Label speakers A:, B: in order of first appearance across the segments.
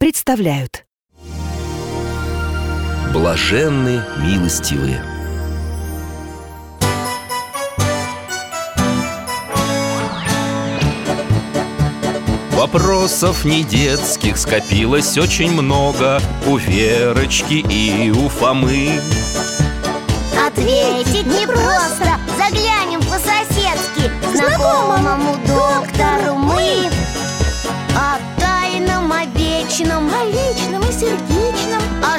A: представляют
B: Блаженны милостивые Вопросов не детских скопилось очень много У Верочки и у Фомы
C: Ответить непросто Заглянем по-соседски к Знакомому доктору мы О тайном, о вечном
D: О личном и сердечном
C: О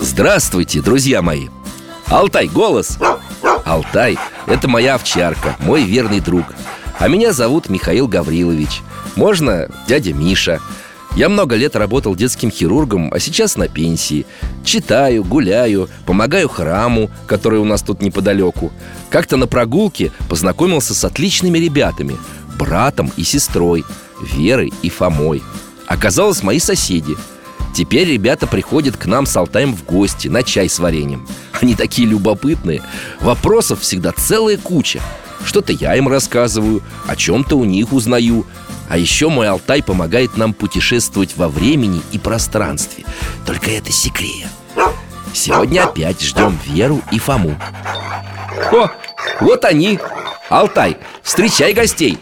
B: Здравствуйте, друзья мои! Алтай, голос! Алтай – это моя овчарка, мой верный друг А меня зовут Михаил Гаврилович Можно дядя Миша я много лет работал детским хирургом, а сейчас на пенсии. Читаю, гуляю, помогаю храму, который у нас тут неподалеку. Как-то на прогулке познакомился с отличными ребятами Братом и сестрой, Верой и Фомой Оказалось, мои соседи Теперь ребята приходят к нам с Алтаем в гости на чай с вареньем Они такие любопытные Вопросов всегда целая куча Что-то я им рассказываю, о чем-то у них узнаю а еще мой Алтай помогает нам путешествовать во времени и пространстве Только это секрет Сегодня опять ждем Веру и Фому О, вот они Алтай, встречай гостей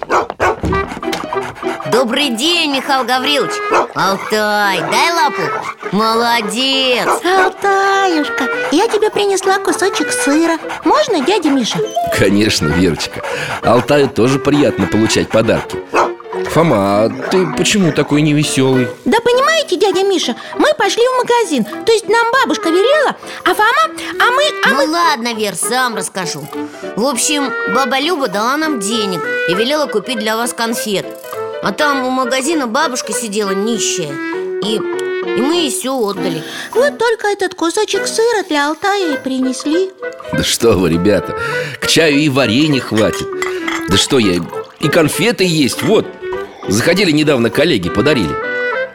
C: Добрый день, Михаил Гаврилович Алтай, дай лапу Молодец
D: Алтаюшка, я тебе принесла кусочек сыра Можно, дядя Миша?
B: Конечно, Верочка Алтаю тоже приятно получать подарки Фома, а ты почему такой невеселый?
D: Да понимаете, дядя Миша, мы пошли в магазин То есть нам бабушка велела, а Фома, а мы, а
C: Ну ладно, Вер, сам расскажу В общем, баба Люба дала нам денег И велела купить для вас конфет А там у магазина бабушка сидела нищая И, и мы ей все отдали
D: Вот только этот кусочек сыра для Алтая и принесли
B: Да что вы, ребята К чаю и варенья хватит Да что я, и конфеты есть, вот Заходили недавно коллеги, подарили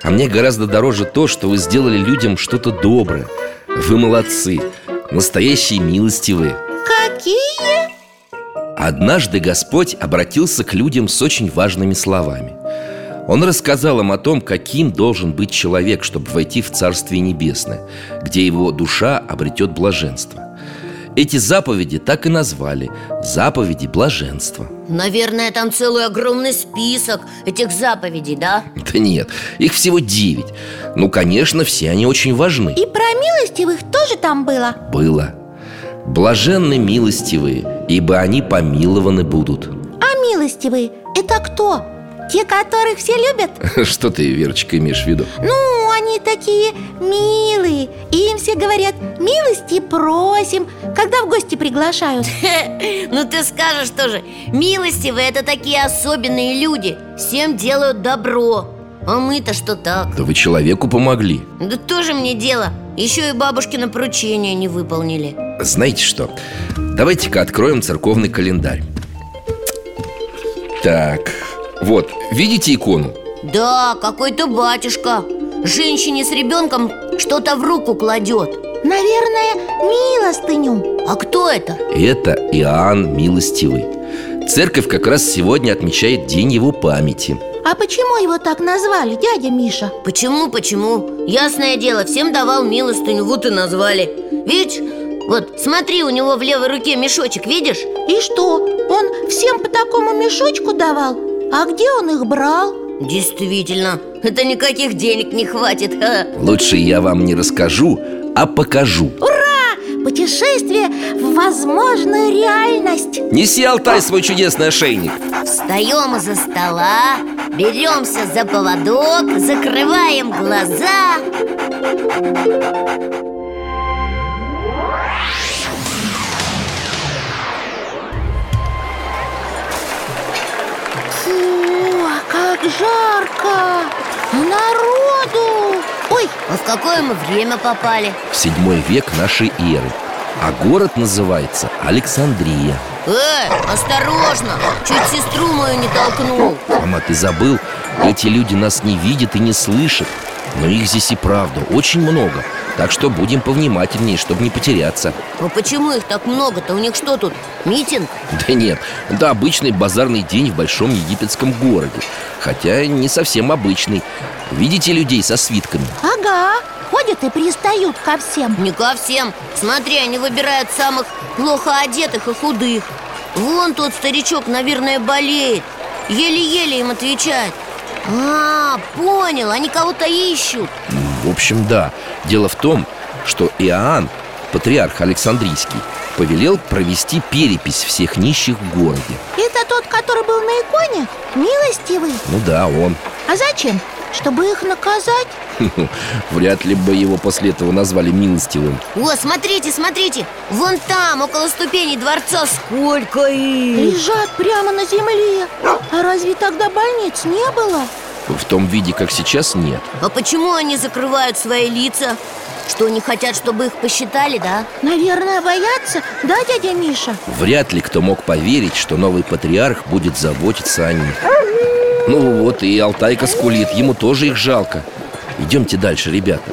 B: А мне гораздо дороже то, что вы сделали людям что-то доброе Вы молодцы, настоящие милостивые
D: Какие?
B: Однажды Господь обратился к людям с очень важными словами. Он рассказал им о том, каким должен быть человек, чтобы войти в Царствие Небесное, где его душа обретет блаженство. Эти заповеди так и назвали – заповеди блаженства.
C: Наверное, там целый огромный список этих заповедей, да?
B: Да нет, их всего девять. Ну, конечно, все они очень важны.
D: И про милостивых тоже там было
B: Было. Блаженны милостивые, ибо они помилованы будут.
D: А милостивые, это кто? Те, которых все любят?
B: Что ты, Верочка, имеешь в виду?
D: Ну, они такие милые И им все говорят, милости просим Когда в гости приглашают
C: Ну ты скажешь тоже Милостивые это такие особенные люди Всем делают добро А мы-то что так?
B: Да вы человеку помогли.
C: Да тоже мне дело Еще и бабушкино поручение не выполнили
B: Знаете что? Давайте-ка откроем церковный календарь. Так, вот, видите икону?
C: Да, какой-то батюшка Женщине с ребенком что-то в руку кладет
D: Наверное, милостыню
C: А кто это?
B: Это Иоанн Милостивый. Церковь как раз сегодня отмечает День его памяти.
D: А почему его так назвали, дядя Миша?
C: Почему, почему? Ясное дело, всем давал милостыню, вот и назвали Видишь? Вот, смотри, у него в левой руке мешочек, видишь?
D: И что, он всем по такому мешочку давал? А где он их брал?
C: Действительно, это никаких денег не хватит ха.
B: Лучше я вам не расскажу, а покажу
D: Путешествие в возможную реальность
B: Неси, Алтай, свой чудесный ошейник
C: Встаем из-за стола, беремся за поводок, закрываем глаза
D: Фу, а как жарко! Народу! Ой,
C: А в какое мы время попали?
B: В седьмой век нашей эры А город называется Александрия
C: Эй, Э, осторожно, чуть сестру мою не толкнул
B: Мама, ты забыл? Эти люди нас не видят и не слышат Но их здесь и правда очень много Так что будем повнимательнее, чтобы не потеряться
C: А почему их так много-то? У них что тут, митинг?
B: Да нет, это обычный базарный день в большом египетском городе Хотя не совсем обычный Видите людей со свитками?
D: ага, ходят и пристают ко всем
C: Не ко всем Смотри, они выбирают самых плохо одетых и худых Вон тот старичок, наверное, болеет Еле-еле им отвечает А, понял, они кого-то ищут
B: В общем, да Дело в том, что Иоанн, патриарх Александрийский Повелел провести перепись всех нищих в городе
D: Это тот, который был на иконе? Милостивый?
B: Ну да, он
D: А зачем? Чтобы их наказать?
B: Вряд ли бы его после этого назвали милостивым
C: О, смотрите, смотрите Вон там, около ступеней дворца Сколько их
D: Лежат прямо на земле А разве тогда больниц не было?
B: В том виде, как сейчас, нет
C: А почему они закрывают свои лица? Что, не хотят, чтобы их посчитали, да?
D: Наверное, боятся, да, дядя Миша?
B: Вряд ли кто мог поверить, что новый патриарх будет заботиться о них Ну вот и Алтайка скулит, ему тоже их жалко Идемте дальше, ребята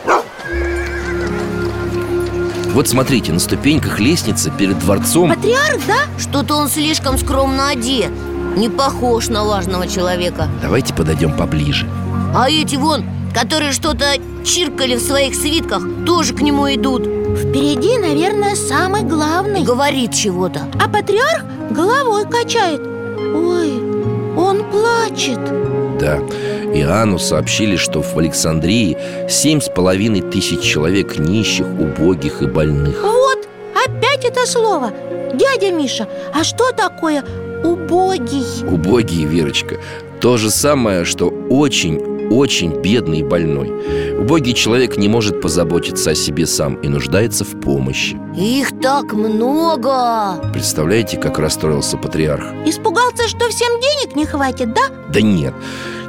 B: Вот смотрите, на ступеньках лестницы перед дворцом
D: Патриарх, да?
C: Что-то он слишком скромно одет Не похож на важного человека
B: Давайте подойдем поближе
C: А эти вон, которые что-то чиркали в своих свитках, тоже к нему идут Ну,
D: Впереди, наверное, самый главный
C: Говорит чего-то
D: А патриарх головой качает Ой, он плачет
B: Да, Иоанну сообщили, что в Александрии Семь с половиной тысяч человек нищих, убогих и больных
D: Вот, опять это слово Дядя Миша, а что такое убогий?
B: Убогие, Верочка То же самое, что очень-очень бедный и больной Убогий человек не может позаботиться о себе сам и нуждается в помощи
C: Их так много
B: Представляете, как расстроился патриарх?
D: Испугался, что всем денег не хватит, да?
B: Да нет,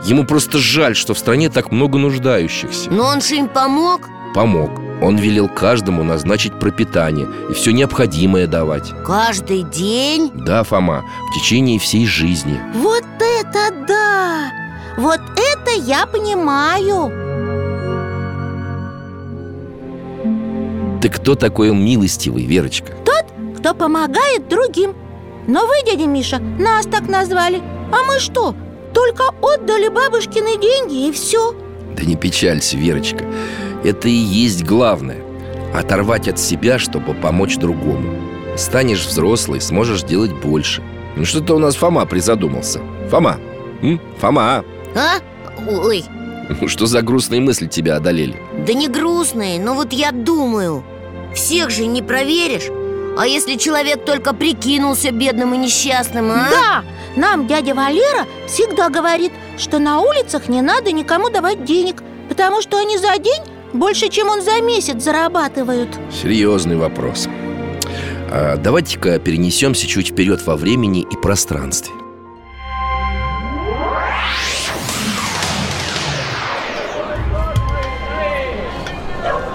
B: ему просто жаль, что в стране так много нуждающихся
C: Но он же им помог
B: Помог он велел каждому назначить пропитание и все необходимое давать
C: Каждый день
B: Да, Фома, в течение всей жизни
D: Вот это да! Вот это я понимаю
B: Ты кто такой милостивый, Верочка?
D: Кто помогает другим Но вы, дядя Миша, нас так назвали А мы что? Только отдали бабушкины деньги и все
B: Да не печалься, Верочка Это и есть главное Оторвать от себя, чтобы помочь другому Станешь взрослый, сможешь делать больше Ну что-то у нас Фома призадумался Фома, м? Фома,
C: А? Ой,
B: что за грустные мысли тебя одолели?
C: да не грустные, но вот я думаю Всех же не проверишь А если человек только прикинулся бедным и несчастным, а?
D: Да, нам дядя Валера всегда говорит, что на улицах не надо никому давать денег, потому что они за день больше, чем он за месяц зарабатывают.
B: Серьезный вопрос А, Давайте-ка перенесемся чуть вперед во времени и пространстве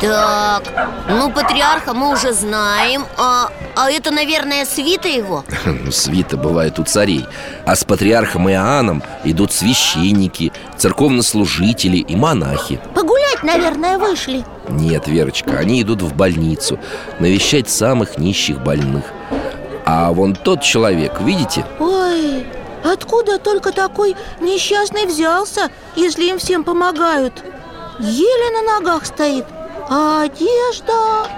C: Так, ну патриарха мы уже знаем А, а это, наверное, свита его?
B: Ну, свита бывает у царей А с патриархом Иоанном идут священники, церковнослужители и монахи
D: Погулять, наверное, вышли.
B: Нет, Верочка, они идут в больницу Навещать самых нищих больных А вон тот человек, видите?
D: Ой, откуда только такой несчастный взялся, если им всем помогают? Еле на ногах стоит. А одежда?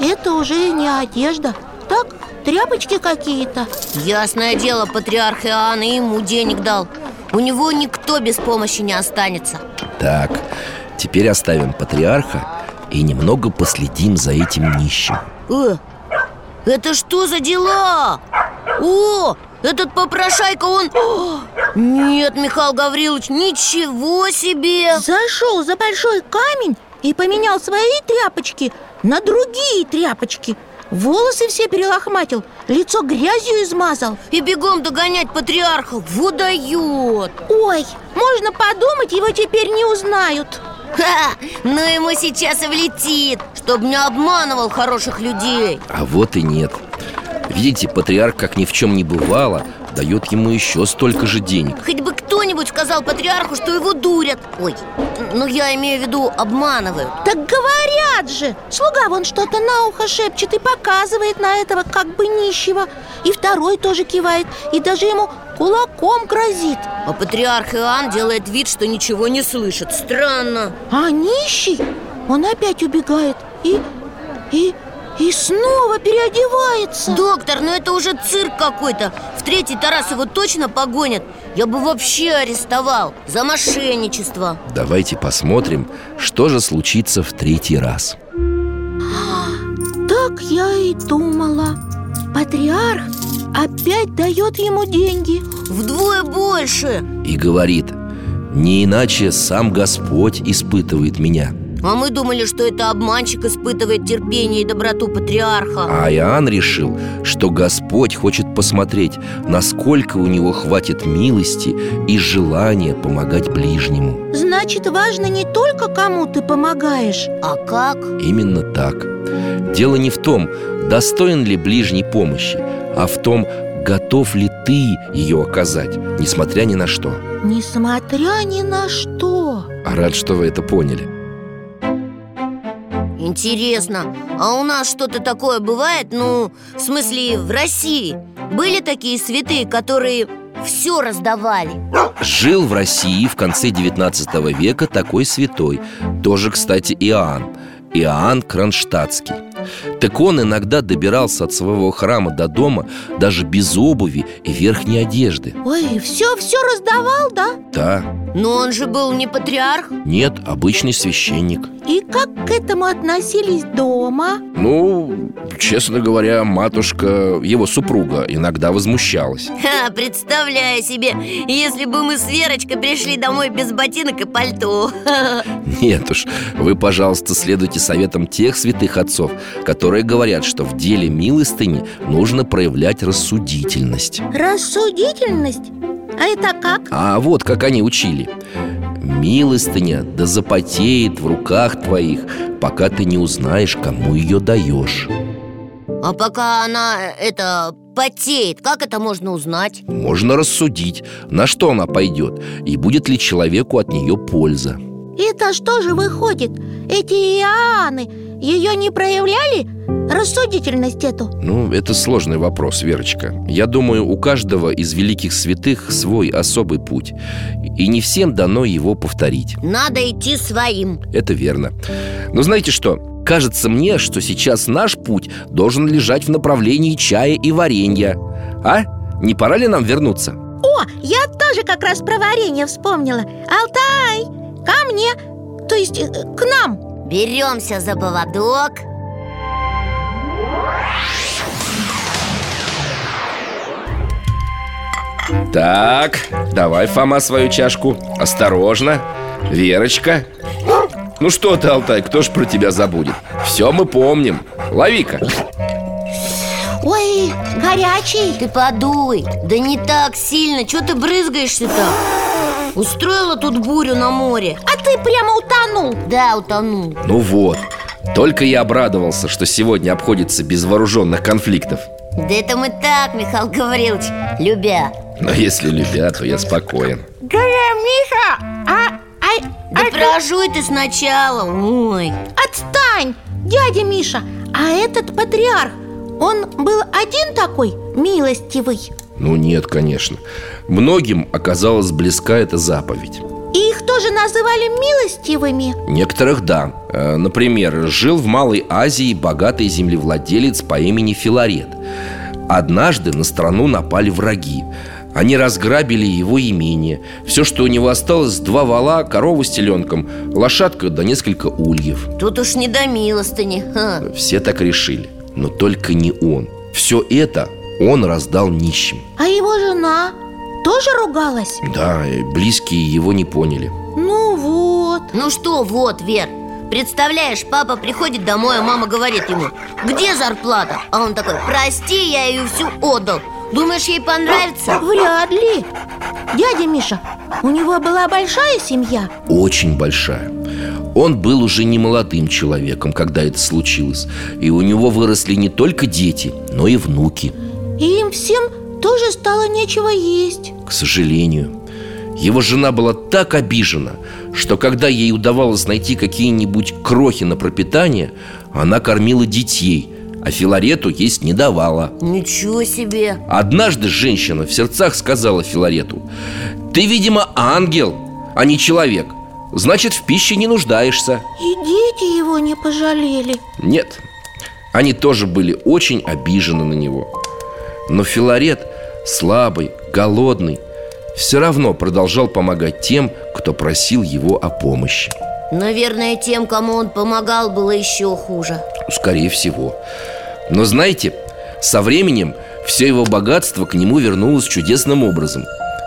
D: Это уже не одежда. Так, тряпочки какие-то.
C: Ясное дело, патриарх Иоанн и ему денег дал У него никто без помощи не останется
B: Так, теперь оставим патриарха и немного последим за этим нищим
C: Э, это что за дела? О, этот попрошайка, он... О, нет, Михаил Гаврилович, ничего себе!
D: Зашел за большой камень и поменял свои тряпочки на другие тряпочки Волосы все перелохматил, лицо грязью измазал
C: И бегом догонять патриарха, вот дает!
D: Ой, можно подумать, его теперь не узнают
C: Ха, ну ему сейчас и влетит, чтобы не обманывал хороших людей
B: А вот и нет Видите, патриарх, как ни в чем не бывало, дает ему еще столько же денег
C: Хоть бы кто-нибудь сказал патриарху, что его дурят Ой, ну я имею в виду обманывают
D: Так говорят же! Слуга вон что-то на ухо шепчет и показывает на этого как бы нищего И второй тоже кивает, и даже ему кулаком грозит
C: А патриарх Иоанн делает вид, что ничего не слышит Странно
D: А нищий, он опять убегает и... и... И снова переодевается
C: Доктор, ну это уже цирк какой-то В третий Тарас его точно погонят Я бы вообще арестовал за мошенничество
B: Давайте посмотрим, что же случится в третий раз
D: Так я и думала Патриарх опять дает ему деньги
C: Вдвое больше
B: И говорит, не иначе сам Господь испытывает меня
C: А мы думали, что это обманщик испытывает терпение и доброту патриарха
B: А Иоанн решил, что Господь хочет посмотреть, насколько у него хватит милости и желания помогать ближнему.
D: Значит, важно не только кому ты помогаешь
C: А как?
B: Именно так. Дело не в том, достоин ли ближней помощи, а в том, готов ли ты ее оказать, несмотря ни на что.
D: Несмотря ни на что
B: А рад, что вы это поняли.
C: Интересно, а у нас что-то такое бывает? Ну, в смысле, в России Были такие святые, которые все раздавали
B: Жил в России в конце 19 века такой святой Тоже, кстати, Иоанн Иоанн Кронштадтский Так он иногда добирался от своего храма до дома Даже без обуви и верхней одежды
D: Ой, все-все раздавал, да?
B: Да,
C: Но он же был не патриарх
B: нет, обычный священник
D: И как к этому относились дома?
B: Ну, честно говоря, матушка, его супруга иногда возмущалась
C: Ха, представляю себе, если бы мы с Верочкой пришли домой без ботинок и пальто
B: Нет уж, вы, пожалуйста, следуйте советам тех святых отцов, которые говорят, что в деле милостыни нужно проявлять рассудительность.
D: Рассудительность? А это как?
B: А вот как они учили. Милостыня да запотеет в руках твоих, пока ты не узнаешь, кому ее даешь.
C: А пока она, это, потеет, как это можно узнать?
B: Можно рассудить, на что она пойдет, и будет ли человеку от нее польза.
D: Это что же выходит? Эти Иоанны ее не проявляли? Рассудительность эту?
B: Ну, это сложный вопрос, Верочка. Я думаю, у каждого из великих святых свой особый путь. И не всем дано его повторить.
C: Надо идти своим
B: Это верно. Но знаете что? Кажется мне, что сейчас наш путь должен лежать в направлении чая и варенья. А? Не пора ли нам вернуться?
D: О, я тоже как раз про варенье вспомнила Алтай, ко мне, то есть э, к нам
C: Беремся за поводок
B: Так, давай, Фома, свою чашку. Осторожно. Верочка. Ну что ты, Алтай, кто ж про тебя забудет? Все мы помним. Лови-ка.
D: Ой, горячий
C: Ты подуй, да не так сильно, что ты брызгаешься-то? Устроила тут бурю на море
D: А ты прямо утонул
C: Да, утонул
B: Ну вот. Только я обрадовался, что сегодня обходится без вооруженных конфликтов.
C: Да это мы так, Михаил Гаврилович, любя
B: Но если любят, то я спокоен.
D: Дядя Миша, а,
C: Да прожуй ты сначала, ой
D: отстань, дядя Миша А этот патриарх, он был один такой милостивый?
B: Ну нет, конечно. Многим оказалась близка эта заповедь.
D: И их тоже называли милостивыми
B: Некоторых да. Э, Например, жил в Малой Азии богатый землевладелец по имени Филарет. Однажды на страну напали враги. Они разграбили его имение Все, что у него осталось, два вала, корову с теленком Лошадка да несколько ульев
C: Тут уж не до милостыни Ха.
B: Все так решили, но только не он Все это он раздал нищим
D: А его жена тоже ругалась?
B: Да, и близкие его не поняли
D: Ну вот
C: Ну что, вот, Вер Представляешь, папа приходит домой, а мама говорит ему Где зарплата? А он такой, прости, я ее всю отдал Думаешь, ей понравится?
D: Вряд ли Дядя Миша, у него была большая семья?
B: Очень большая он был уже не молодым человеком, когда это случилось И у него выросли не только дети, но и внуки
D: И им всем тоже стало нечего есть
B: К сожалению Его жена была так обижена Что когда ей удавалось найти какие-нибудь крохи на пропитание Она кормила детей А Филарету есть не давала
C: Ничего себе
B: Однажды женщина в сердцах сказала Филарету Ты, видимо, ангел, а не человек Значит, в пище не нуждаешься
D: И дети его не пожалели
B: Нет, они тоже были очень обижены на него Но Филарет, слабый, голодный Все равно продолжал помогать тем, кто просил его о помощи
C: Наверное, тем, кому он помогал, было еще хуже
B: Скорее всего Но знаете, со временем все его богатство к нему вернулось чудесным образом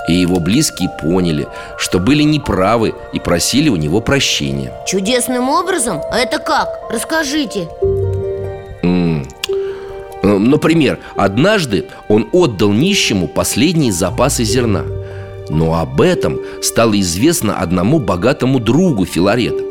B: И его близкие поняли, что были неправы и просили у него прощения
C: Чудесным образом? А это как? Расскажите
B: М. Э, Например, однажды он отдал нищему последние запасы зерна Но об этом стало известно одному богатому другу Филарета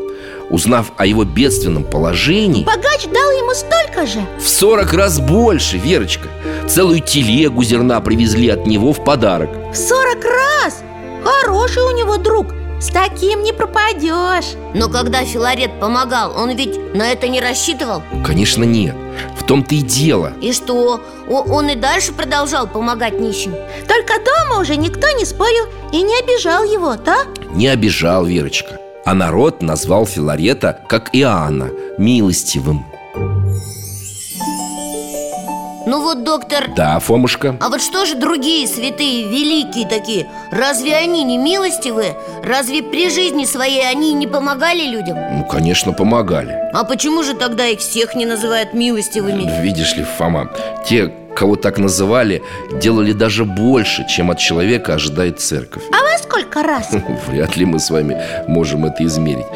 B: Узнав о его бедственном положении
D: Богач дал ему столько же
B: В 40 раз больше, Верочка Целую телегу зерна привезли от него в подарок
D: В 40 раз Хороший у него друг С таким не пропадешь
C: Но когда Филарет помогал, он ведь на это не рассчитывал
B: Конечно, нет В том-то и дело
C: И что? О- он и дальше продолжал помогать нищим
D: Только дома уже никто не спорил и не обижал его, да?
B: Не обижал Верочка А народ назвал Филарета, как Иоанна, милостивым
C: Ну вот, доктор,
B: Да, Фомушка?
C: А вот что же другие святые, великие такие? Разве они не милостивы? Разве при жизни своей они не помогали людям?
B: Ну, конечно, помогали
C: А почему же тогда их всех не называют милостивыми?
B: Видишь ли, Фома, те, кого так называли, делали даже больше, чем от человека ожидает церковь
D: А во сколько раз?
B: Хм. Вряд ли мы с вами можем это измерить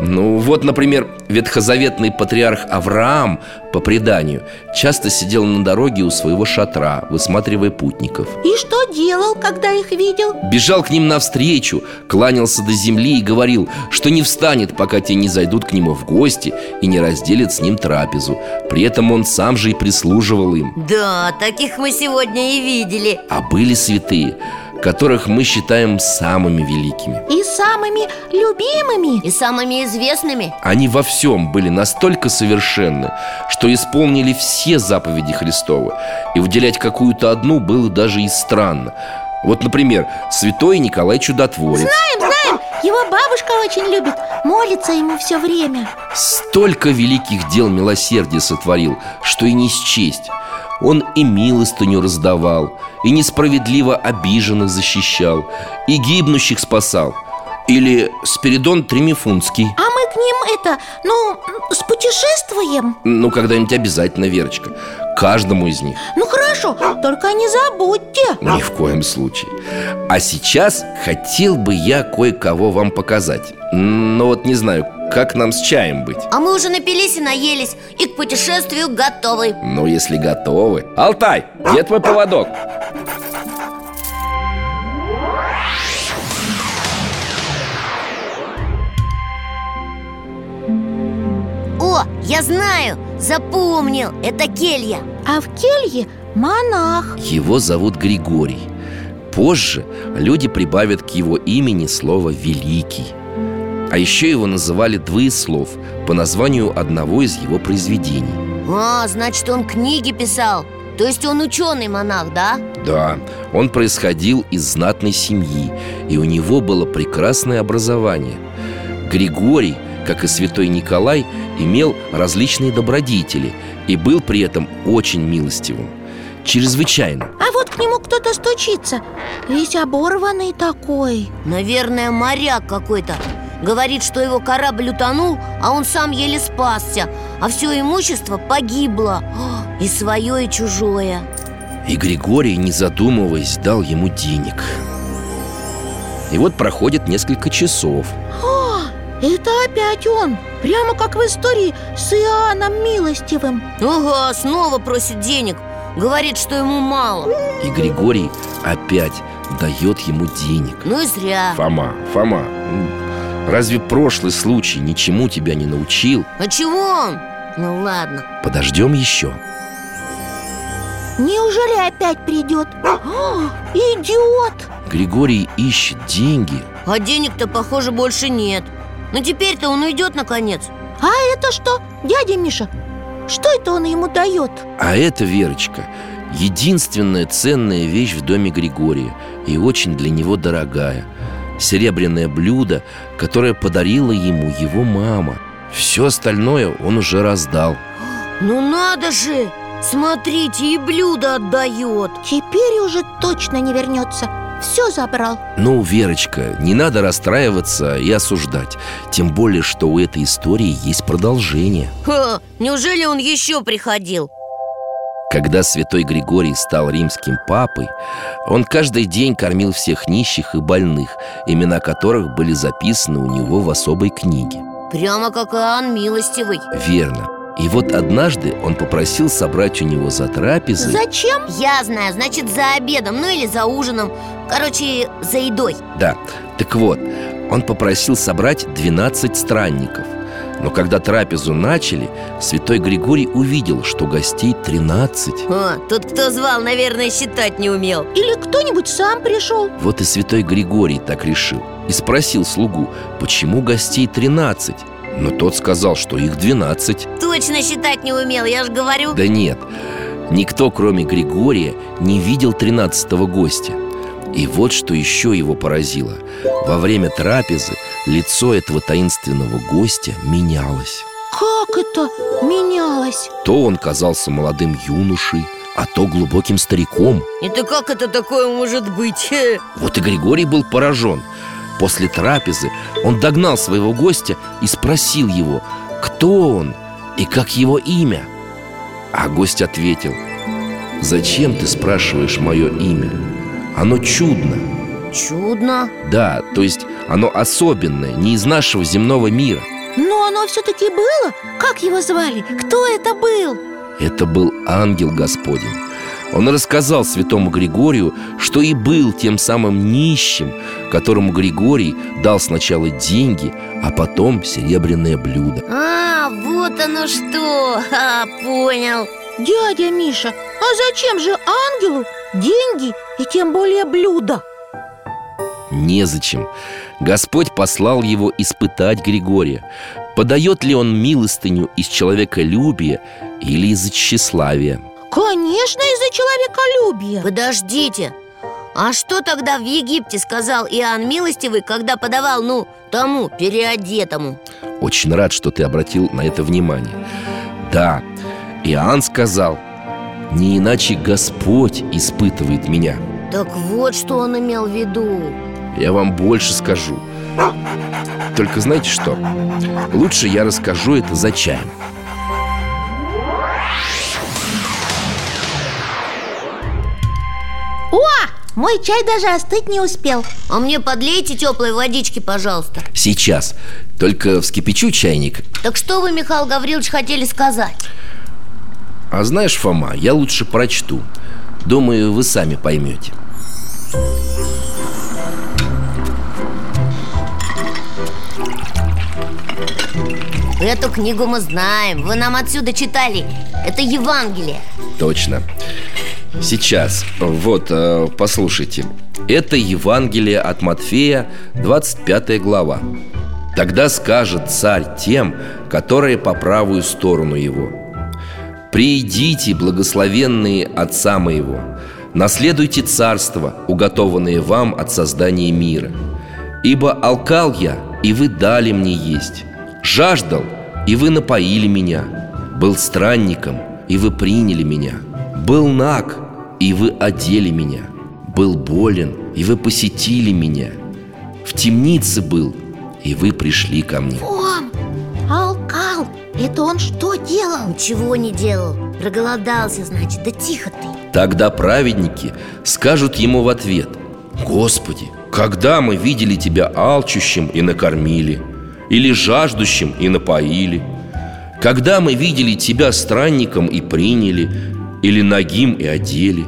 B: ну вот, например, ветхозаветный патриарх Авраам, по преданию, часто сидел на дороге у своего шатра, высматривая путников
D: И что делал, когда их видел?
B: Бежал к ним навстречу, кланялся до земли и говорил, что не встанет, пока те не зайдут к нему в гости и не разделят с ним трапезу При этом он сам же и прислуживал им
C: Да, таких мы сегодня и видели
B: А были святые, которых мы считаем самыми великими
D: И самыми любимыми
C: И самыми известными
B: Они во всем были настолько совершенны, что исполнили все заповеди Христовы И выделять какую-то одну было даже и странно Вот, например, святой Николай Чудотворец
D: Знаем, знаем, его бабушка очень любит Молится ему все время
B: Столько великих дел милосердия сотворил, что и не счесть Он и милостыню раздавал, и несправедливо обиженных защищал, и гибнущих спасал Или Спиридон Тремифунский
D: А мы к ним это, ну, спутешествуем
B: Ну, когда-нибудь обязательно, Верочка Каждому из них,
D: Ну хорошо, только не забудьте
B: ни в коем случае А сейчас хотел бы я кое-кого вам показать Но вот не знаю, как нам с чаем быть
C: А мы уже напились и наелись И к путешествию готовы
B: Ну, если готовы Алтай, где твой поводок?
C: О, я знаю, запомнил, это келья
D: А в келье монах
B: Его зовут Григорий Позже люди прибавят к его имени слово «великий» А еще его называли «двоеслов» по названию одного из его произведений
C: А, значит, он книги писал То есть он ученый-монах, да?
B: Да, он происходил из знатной семьи, и у него было прекрасное образование. Григорий, как и святой Николай, имел различные добродетели и был при этом очень милостивым. чрезвычайно
D: А вот к нему кто-то стучится Весь оборванный такой
C: Наверное, моряк какой-то Говорит, что его корабль утонул, а он сам еле спасся А все имущество погибло О, И свое, и чужое
B: И Григорий, не задумываясь, дал ему денег И вот проходит несколько часов
D: А, это опять он Прямо как в истории с Иоанном Милостивым
C: Ага, снова просит денег Говорит, что ему мало
B: И Григорий опять дает ему денег
C: Ну и зря
B: Фома, Фома, м, разве прошлый случай ничему тебя не научил?
C: А чего он? Ну ладно
B: Подождем еще
D: Неужели опять придет? А, идиот!
B: Григорий ищет деньги
C: А денег-то, похоже, больше нет Но теперь-то он уйдет наконец
D: А это что, дядя Миша? Что это он ему дает?
B: А это, Верочка, единственная ценная вещь в доме Григория И очень для него дорогая Серебряное блюдо, которое подарила ему его мама Все остальное он уже раздал
C: Ну надо же! Смотрите, и блюдо отдает
D: Теперь уже точно не вернется Все забрал
B: Ну, Верочка, не надо расстраиваться и осуждать Тем более, что у этой истории есть продолжение
C: Ха, неужели он еще приходил?
B: Когда святой Григорий стал римским папой, он каждый день кормил всех нищих и больных, имена которых были записаны у него в особой книге.
C: Прямо как Иоанн Милостивый
B: Верно. И вот однажды он попросил собрать у него за трапезы
D: Зачем?
C: Я знаю, значит за обедом, ну или за ужином Короче, за едой
B: Да, так вот, он попросил собрать 12 странников Но когда трапезу начали, святой Григорий увидел, что гостей 13
C: О, тот, кто звал, наверное, считать не умел
D: Или кто-нибудь сам пришел?
B: Вот и святой Григорий так решил И спросил слугу, почему гостей 13? Но тот сказал, что их 12
C: Точно считать не умел, я же говорю
B: Да нет, никто, кроме Григория, не видел тринадцатого гостя. И вот что еще его поразило. Во время трапезы лицо этого таинственного гостя менялось.
D: Как это менялось?
B: То он казался молодым юношей, а то глубоким стариком.
C: Это как это такое может быть?
B: Вот и Григорий был поражен. После трапезы он догнал своего гостя и спросил его, кто он и как его имя. А гость ответил, «Зачем ты спрашиваешь мое имя? Оно чудно,
C: Чудно
B: да, то есть оно особенное, не из нашего земного мира.
D: Но оно все-таки было? Как его звали? Кто это был?
B: Это был ангел Господень. Он рассказал святому Григорию, что и был тем самым нищим, которому Григорий дал сначала деньги, а потом серебряное блюдо.
C: А, вот оно что Ха, понял
D: Дядя Миша, а зачем же ангелу деньги и тем более блюда?
B: Незачем. Господь послал его испытать Григория. Подает ли он милостыню из человеколюбия или из тщеславия?
D: Конечно, из-за человеколюбия
C: Подождите, а что тогда в Египте сказал Иоанн Милостивый, когда подавал, ну, тому переодетому?
B: Очень рад, что ты обратил на это внимание. Да, Иоанн сказал, не иначе Господь испытывает меня.
C: Так вот, что он имел в виду
B: Я вам больше скажу. Только знаете что? Лучше я расскажу это за чаем.
D: О, мой чай даже остыть не успел
C: А мне подлейте теплой водички, пожалуйста
B: Сейчас. Только вскипячу чайник.
C: Так что вы, Михаил Гаврилович, хотели сказать?
B: А знаешь, Фома, я лучше прочту. Думаю, вы сами поймете.
C: Эту книгу мы знаем, вы нам отсюда читали Это Евангелие
B: Точно. Сейчас. Вот, э, послушайте. Это Евангелие от Матфея, 25 глава. Тогда скажет царь тем, которые по правую сторону его. «Приидите, благословенные отца моего, наследуйте царство, уготованное вам от создания мира. Ибо алкал я, и вы дали мне есть, жаждал, и вы напоили меня, был странником, и вы приняли меня, был наг, И вы одели меня Был болен, и вы посетили меня В темнице был, и вы пришли ко мне
D: Он алкал Это он что делал?
C: Ничего не делал Проголодался, значит Да тихо ты
B: Тогда праведники скажут ему в ответ Господи, когда мы видели тебя алчущим и накормили Или жаждущим и напоили Когда мы видели тебя странником и приняли Или нагим и одели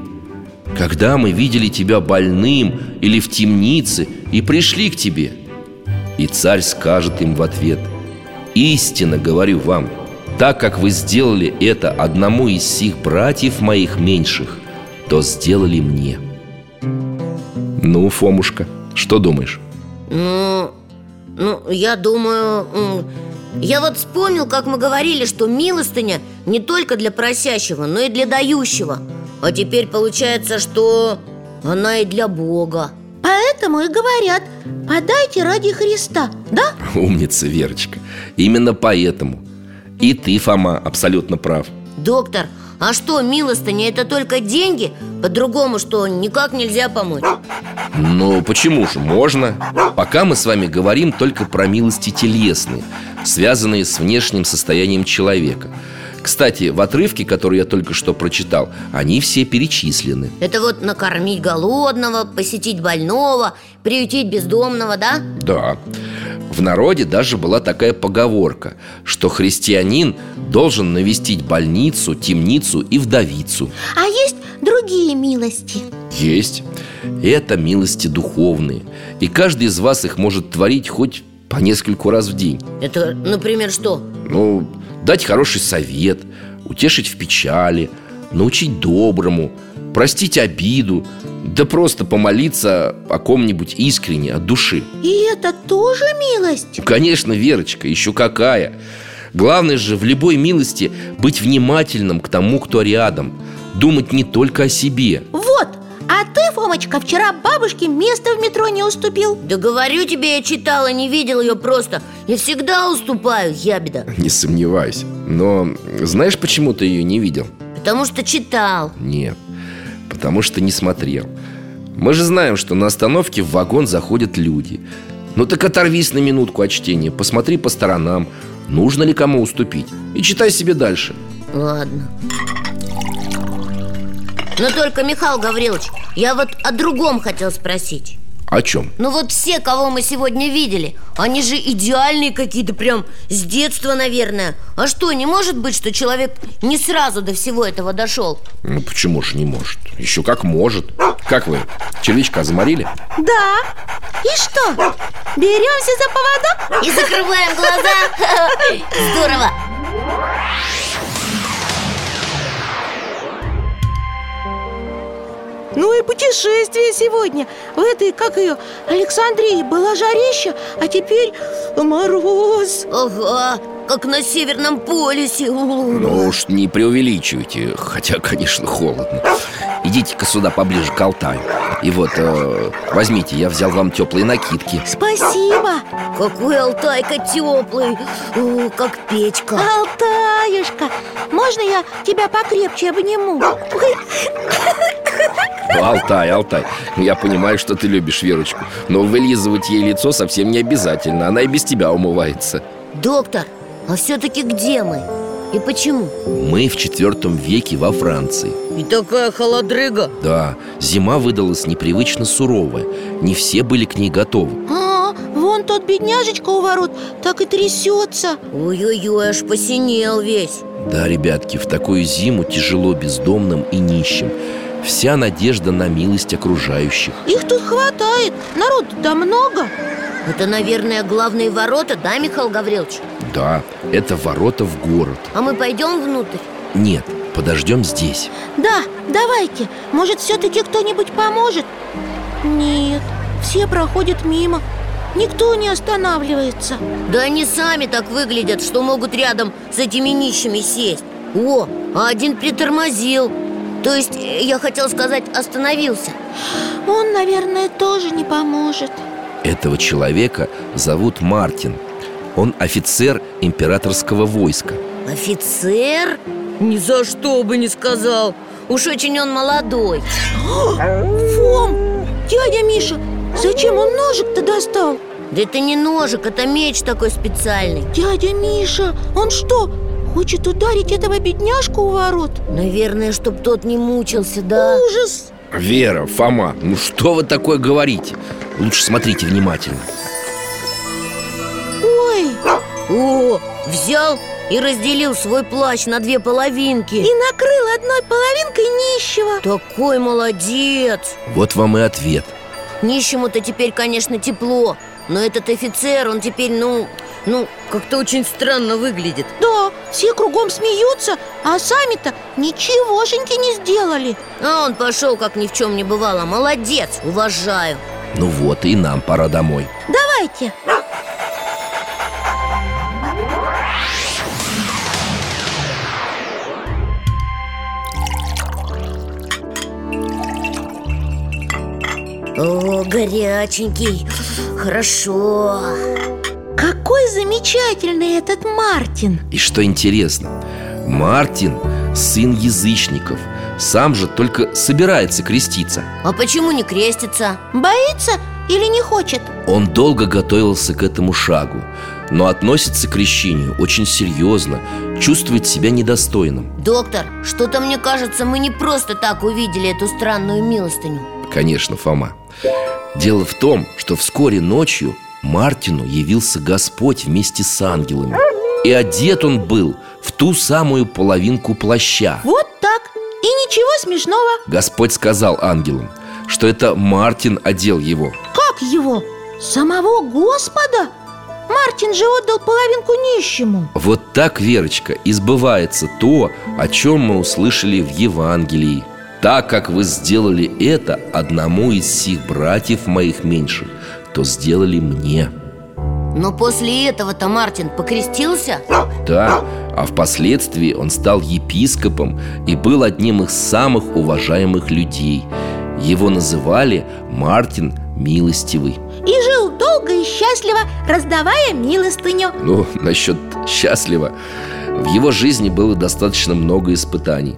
B: Когда мы видели тебя больным или в темнице И пришли к тебе И царь скажет им в ответ Истинно говорю вам Так как вы сделали это одному из сих братьев моих меньших То сделали мне ну, Фомушка, что думаешь?
C: Ну, ну, я думаю м, Я вот вспомнил, как мы говорили, что милостыня Не только для просящего, но и для дающего А теперь получается, что она и для Бога
D: Поэтому и говорят Подайте ради Христа, да?
B: Умница, Верочка Именно поэтому И ты, Фома, абсолютно прав
C: Доктор, а что, милостыня, это только деньги? По-другому что, никак нельзя помочь?
B: Но Ну, почему же можно? Пока мы с вами говорим только про милости телесные Связанные с внешним состоянием человека Кстати, в отрывке, который я только что прочитал Они все перечислены
C: Это вот накормить голодного, посетить больного, приютить бездомного, да?
B: Да В народе даже была такая поговорка Что христианин должен навестить больницу, темницу и вдовицу
D: А есть другие милости
B: Есть. Это милости духовные. И каждый из вас их может творить хоть по нескольку раз в день.
C: Это, например, что?
B: Ну, дать хороший совет, утешить в печали, научить доброму, простить обиду, да просто помолиться о ком-нибудь искренне, от души.
D: И это тоже милость?
B: Ну, Конечно, Верочка, еще какая Главное же в любой милости быть внимательным к тому, кто рядом Думать не только о себе
D: Вот, а ты, Фомочка, вчера бабушке место в метро не уступил
C: Да говорю тебе, я читала, не видел ее просто Я всегда уступаю, ябеда
B: Не сомневаюсь Но знаешь, почему ты ее не видел?
C: Потому что читал
B: Нет, потому что не смотрел Мы же знаем, что на остановке в вагон заходят люди Ну так оторвись на минутку от чтения Посмотри по сторонам Нужно ли кому уступить И читай себе дальше
C: Ладно Но только, Михаил Гаврилович, я вот о другом хотел спросить
B: О чем?
C: Ну вот все, кого мы сегодня видели, они же идеальные какие-то прям с детства, наверное А что, не может быть, что человек не сразу до всего этого дошел?
B: Ну почему же не может? Еще как может Как вы, червячка заморили?
D: Да И что, беремся за поводок?
C: И закрываем глаза Здорово
D: Ну и путешествие сегодня В этой, как ее, Александрии была жарища А теперь мороз
C: Ага, как на Северном полюсе
B: Ну уж не преувеличивайте Хотя, конечно, холодно Идите-ка сюда поближе к Алтаю И вот, э, возьмите, я взял вам теплые накидки
D: Спасибо,
C: Какой Алтайка теплый О, Как печка
D: Алтаюшка Можно я тебя покрепче обниму? Ой,
B: Ну, Алтай, Алтай, Ну, я понимаю, что ты любишь Верочку Но вылизывать ей лицо совсем не обязательно Она и без тебя умывается
C: Доктор, а все-таки где мы? И почему?
B: Мы в четвертом веке во Франции
C: И такая холодрыга
B: Да, зима выдалась непривычно суровая Не все были к ней готовы
D: А, вон тот бедняжечка у ворот Так и трясется
C: Ой-ой-ой, аж посинел весь
B: Да, ребятки, в такую зиму тяжело бездомным и нищим Вся надежда на милость окружающих
D: Их тут хватает, народу-то много
C: Это, наверное, главные ворота, да, Михаил Гаврилович?
B: Да, это ворота в город
C: А мы пойдем внутрь?
B: Нет, подождем здесь
D: Да, давайте, может все-таки кто-нибудь поможет? Нет, все проходят мимо Никто не останавливается
C: Да они сами так выглядят, что могут рядом с этими нищими сесть О, а один притормозил То есть, э, я хотел сказать, остановился
D: Он, наверное, тоже не поможет
B: Этого человека зовут Мартин Он офицер императорского войска
C: Офицер? Ни за что бы не сказал Уж очень он молодой
D: Фом, дядя Миша, зачем он ножик-то достал?
C: Да это не ножик, это меч такой специальный
D: Дядя Миша, он что, хочет ударить этого бедняжку у ворот?
C: Наверное, чтоб тот не мучился, да?
D: Ужас!
B: Вера, Фома, ну что вы такое говорите? Лучше смотрите внимательно
D: Ой,
C: О, взял и разделил свой плащ на две половинки
D: и накрыл одной половинкой нищего
C: Такой молодец
B: Вот вам и ответ
C: Нищему-то теперь, конечно, тепло Но этот офицер, он теперь, ну, ну, как-то очень странно выглядит
D: Да, все кругом смеются, а сами-то ничегошеньки не сделали
C: А он пошел, как ни в чем не бывало Молодец, уважаю
B: Ну вот, и нам пора домой
D: Давайте
C: О, горяченький, хорошо
D: Какой замечательный этот Мартин
B: И что интересно, Мартин – сын язычников Сам же только собирается креститься
C: А почему не крестится?
D: Боится или не хочет?
B: Он долго готовился к этому шагу Но относится к крещению очень серьезно Чувствует себя недостойным
C: Доктор, что-то мне кажется, мы не просто так увидели эту странную милостыню
B: Конечно, Фома Дело в том, что вскоре ночью Мартину явился Господь вместе с ангелами И одет он был в ту самую половинку плаща
D: Вот так И ничего смешного
B: Господь сказал ангелам, что это Мартин одел его
D: Как его? Самого Господа? Мартин же отдал половинку нищему
B: Вот так, Верочка, избывается то, о чем мы услышали в Евангелии Так как вы сделали это одному из сих братьев моих меньших, то сделали мне
C: Но после этого-то Мартин покрестился?
B: Да, а впоследствии он стал епископом и был одним из самых уважаемых людей Его называли Мартин Милостивый
D: И жил долго и счастливо, раздавая милостыню
B: Ну, насчет счастливо В его жизни было достаточно много испытаний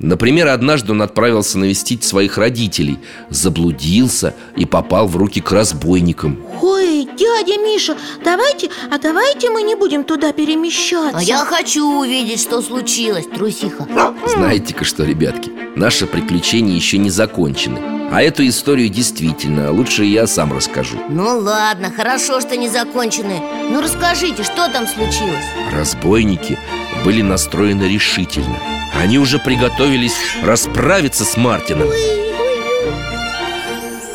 B: Например, однажды он отправился навестить своих родителей Заблудился и попал в руки к разбойникам
D: Ой, дядя Миша, давайте, а давайте мы не будем туда перемещаться
C: А я хочу увидеть, что случилось, трусиха
B: Знаете-ка что, ребятки, наши приключения еще не закончены А эту историю действительно лучше я сам расскажу
C: Ну ладно, хорошо, что не законченные Ну расскажите, что там случилось?
B: Разбойники были настроены решительно Они уже приготовились расправиться с Мартином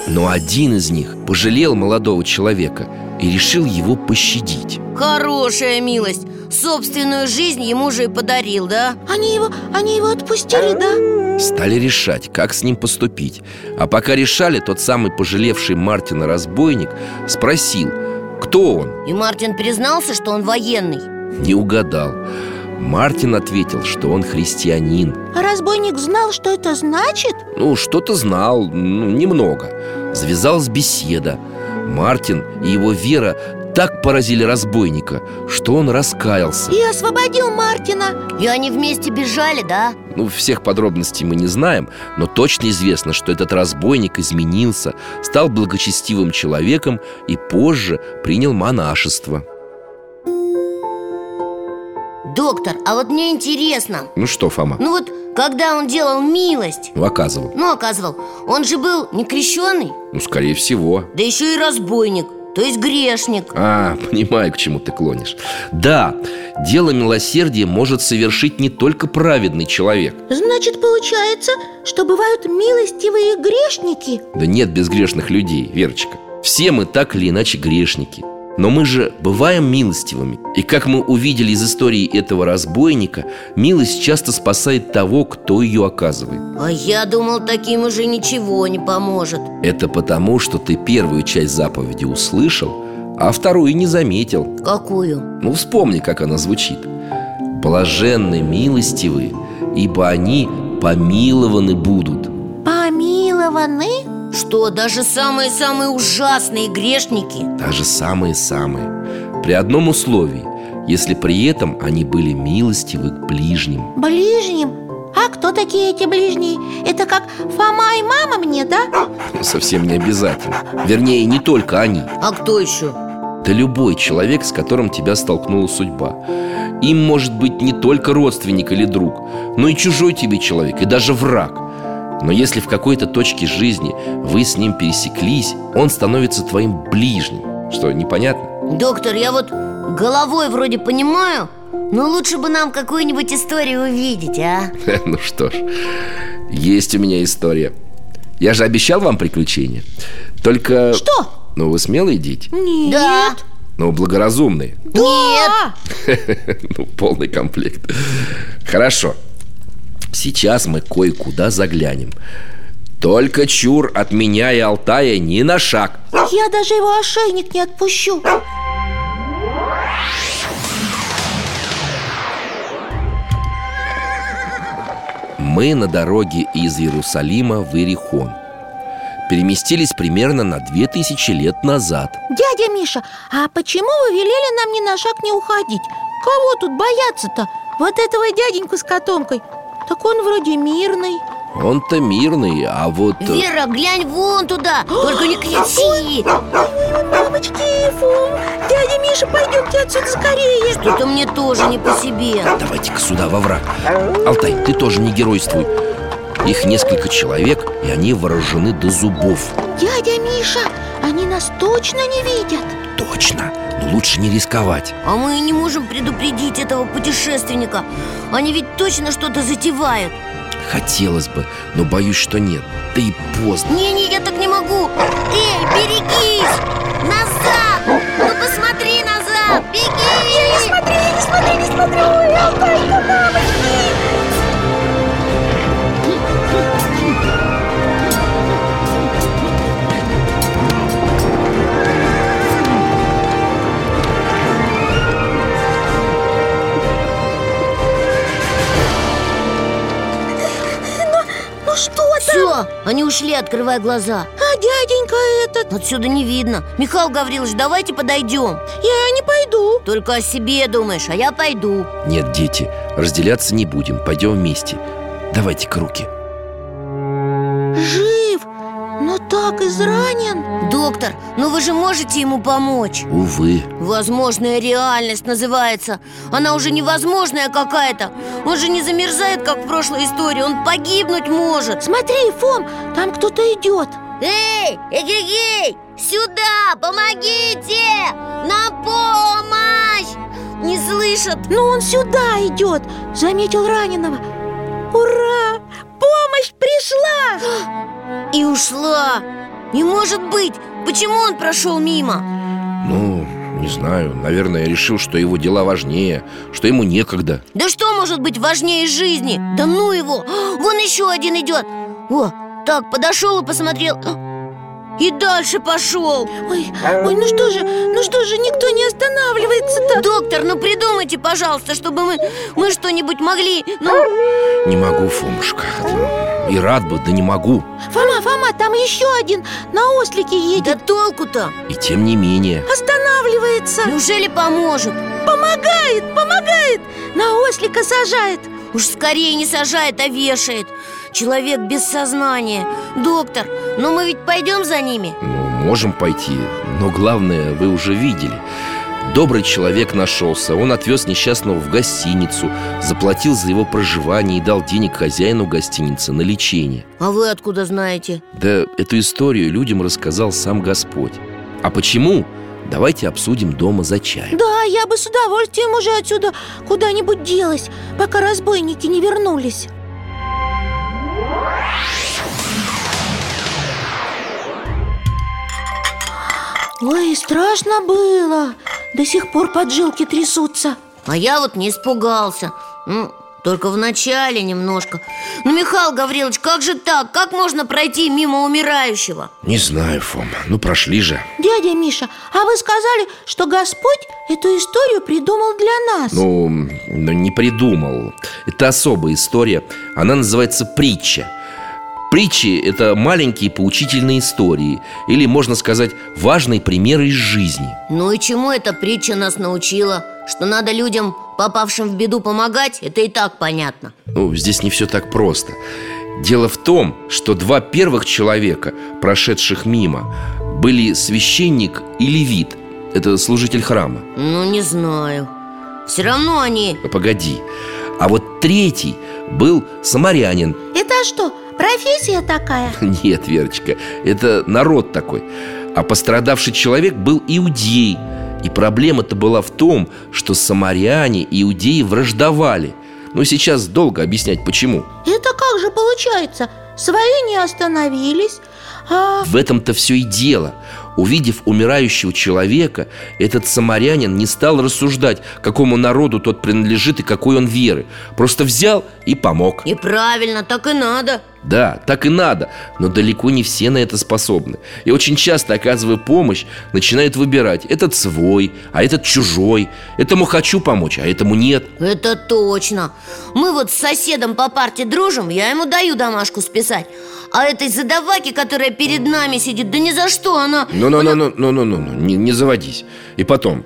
B: Но один из них пожалел молодого человека и решил его пощадить
C: Хорошая милость Собственную жизнь ему же и подарил, да?
D: Они его, они его отпустили, да?
B: Стали решать, как с ним поступить А пока решали, тот самый пожалевший Мартина разбойник спросил, кто он
C: И Мартин признался, что он военный
B: Не угадал Мартин ответил, что он христианин
D: А разбойник знал, что это значит?
B: Ну, что-то знал, ну, немного Завязалась беседа Мартин и его вера так поразили разбойника, что он раскаялся
D: И освободил Мартина
C: И они вместе бежали, да?
B: Ну, всех подробностей мы не знаем, но точно известно, что этот разбойник изменился Стал благочестивым человеком и позже принял монашество
C: Доктор, а вот мне интересно
B: Ну что, Фома,
C: Ну вот, когда он делал милость
B: ну оказывал
C: Ну, оказывал, он же был не крещеный
B: Ну, скорее всего
C: Да еще и разбойник, то есть грешник
B: А, понимаю, к чему ты клонишь Да, дело милосердия может совершить не только праведный человек
D: Значит, получается, что бывают милостивые грешники
B: Да нет безгрешных людей, Верочка Все мы так или иначе грешники Но мы же бываем милостивыми И как мы увидели из истории этого разбойника Милость часто спасает того, кто ее оказывает
C: А я думал, таким уже ничего не поможет
B: Это потому, что ты первую часть заповеди услышал А вторую не заметил
C: Какую?
B: Ну вспомни, как она звучит Блаженны милостивые, ибо они помилованы будут
D: Помилованы?
C: Что, даже самые-самые ужасные грешники?
B: Даже самые-самые При одном условии Если при этом они были милостивы к ближним
D: Ближним? А кто такие эти ближние? Это как Фома и мама мне, да?
B: Ну, Совсем не обязательно Вернее, не только они
C: А кто еще?
B: Да любой человек, с которым тебя столкнула судьба Им может быть не только родственник или друг Но и чужой тебе человек, и даже враг Но если в какой-то точке жизни вы с ним пересеклись Он становится твоим ближним Что, непонятно?
C: Доктор, я вот головой вроде понимаю, но лучше бы нам какую-нибудь историю увидеть, а?
B: Ну что ж, есть у меня история Я же обещал вам приключения Только...
D: Что?
B: Ну вы смело идите,
D: Нет. А!
C: Да.
B: но благоразумные
C: Нет.
B: Ну, полный комплект Хорошо Сейчас мы кое-куда заглянем Только чур от меня и Алтая ни на шаг
D: Я даже его ошейник не отпущу.
B: Мы на дороге из Иерусалима в Иерихон Переместились примерно на 2000 лет назад
D: Дядя Миша, а почему вы велели нам ни на шаг не уходить? Кого тут бояться-то? Вот этого дяденьку с котомкой Так он вроде мирный
B: Он-то мирный, а вот... э,
C: Вера, глянь вон туда, только не кричи
D: Мамочки, фу, дядя Миша, пойдемте отсюда скорее
C: Что-то мне тоже не по себе
B: Давайте-ка сюда, во враг Алтай, ты тоже не геройствуй Их несколько человек, и они вооружены до зубов
D: Дядя Миша, они нас точно не видят
B: Точно, но лучше не рисковать
C: А мы и не можем предупредить этого путешественника Они ведь точно что-то затевают
B: Хотелось бы, но боюсь, что нет Да и поздно
C: Не-не, я так не могу Эй, берегись! Назад! Ну посмотри назад! Беги!
D: не смотри, не смотри, ой, Алтайка, мамочки Ну что ты?
C: Все, они ушли, открывай глаза
D: А дяденька этот?
C: Отсюда не видно Михаил Гаврилович, давайте подойдем
D: Я не пойду
C: Только о себе думаешь, а я пойду
B: Нет, дети, разделяться не будем, пойдем вместе Давайте-ка руки
D: Жив, но так изранен
C: Доктор, ну вы же можете ему помочь?
B: Увы,
C: Возможная реальность называется Она уже невозможная какая-то Он же не замерзает, как в прошлой истории Он погибнуть может
D: Смотри, Фом, там кто-то идет
C: Эй, эгегей, сюда, помогите! На помощь! Не слышат
D: Но Ну, он сюда идет, заметил раненого Ура! Помощь пришла!
C: и ушла Не может быть, почему он прошел мимо?
B: ну, не знаю Наверное, решил, что его дела важнее Что ему некогда
C: Да что может быть важнее жизни? Да ну его, А, вон еще один идет О, так, подошел и посмотрел А, И дальше пошел
D: Ой, ой, ну что же, ну что же, никто не останавливается-то
C: Доктор, ну придумайте, пожалуйста, чтобы мы, мы что-нибудь могли Ну,
B: Не могу, Фомушка И рад бы, да не могу
D: Фома, Фома, там еще один на ослике
C: да
D: едет
C: толку-то?
B: И тем не менее
D: Останавливается,
C: Неужели поможет?
D: помогает, помогает На ослика сажает
C: Уж скорее не сажает, а вешает Человек без сознания Доктор, но мы ведь пойдем за ними?
B: Ну, можем пойти, но главное вы уже видели Добрый человек нашелся, он отвез несчастного в гостиницу Заплатил за его проживание и дал денег хозяину гостиницы на лечение
C: А вы откуда знаете?
B: Да эту историю людям рассказал сам Господь А почему? Давайте обсудим дома за чаем
D: Да, я бы с удовольствием уже отсюда куда-нибудь делась, пока разбойники не вернулись. Ой, страшно было. До сих пор поджилки трясутся.
C: А я вот не испугался М, Только в начале немножко Ну, Михаил Гаврилович, как же так? Как можно пройти мимо умирающего?
B: Не знаю, Фома, ну прошли же
D: Дядя Миша, а вы сказали, что Господь эту историю придумал для нас.
B: Ну, м, ну, не придумал Это особая история, она называется притча Притчи – это маленькие поучительные истории Или, можно сказать, важные примеры из жизни
C: Ну и чему эта притча нас научила? Что надо людям, попавшим в беду, помогать? Это и так понятно
B: Ну, здесь не все так просто. Дело в том, что два первых человека, прошедших мимо, были священник и левит. Это служитель храма.
C: Ну, не знаю Все равно они...
B: Погоди. А вот третий был самарянин.
D: Это что, профессия такая?
B: Нет, Верочка, это народ такой. А пострадавший человек был иудей. И проблема-то была в том, что самаряне и иудеи враждовали. Но сейчас долго объяснять почему.
D: Это как же получается? Свои не остановились, а...
B: В этом-то все и дело. Увидев умирающего человека, этот самарянин не стал рассуждать, какому народу тот принадлежит и какой он веры. Просто взял и помог.
C: И правильно, так и надо
B: Да, так и надо, но далеко не все на это способны. И очень часто, оказывая помощь, начинают выбирать этот свой, а этот чужой. Этому хочу помочь, а этому нет.
C: Это точно Мы вот с соседом по парте дружим Я ему даю домашку списать А этой задаваке, которая перед нами сидит Да ни за что она
B: Ну, ну, ну, ну, ну, ну, ну, ну, не, не заводись. И потом,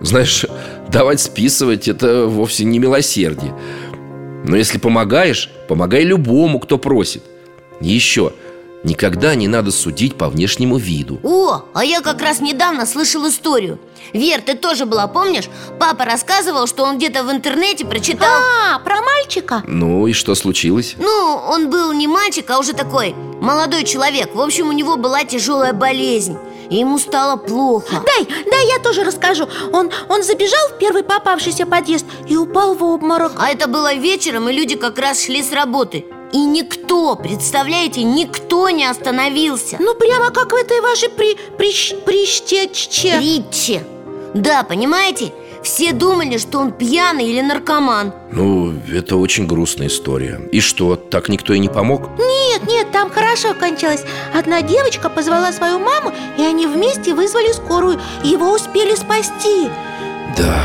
B: знаешь, давать списывать это вовсе не милосердие. Но если помогаешь, помогай любому, кто просит. И еще, никогда не надо судить по внешнему виду.
C: О, а я как раз недавно слышал историю Вер, ты тоже была, помнишь? Папа рассказывал, что он где-то в интернете прочитал
D: А, про мальчика?
B: Ну и что случилось?
C: Ну, он был не мальчик, а уже такой молодой человек В общем, у него была тяжелая болезнь И ему стало плохо
D: Дай, дай я тоже расскажу Он, он забежал в первый попавшийся подъезд и упал в обморок
C: А это было вечером, и люди как раз шли с работы И никто, представляете, никто не остановился
D: Ну прямо как в этой вашей при, прищ, прищечче
C: Притчи Да, понимаете? Все думали, что он пьяный или наркоман
B: Ну, это очень грустная история. И что, так никто и не помог?
D: Нет, нет, там хорошо кончилось Одна девочка позвала свою маму И они вместе вызвали скорую Его успели спасти
B: Да,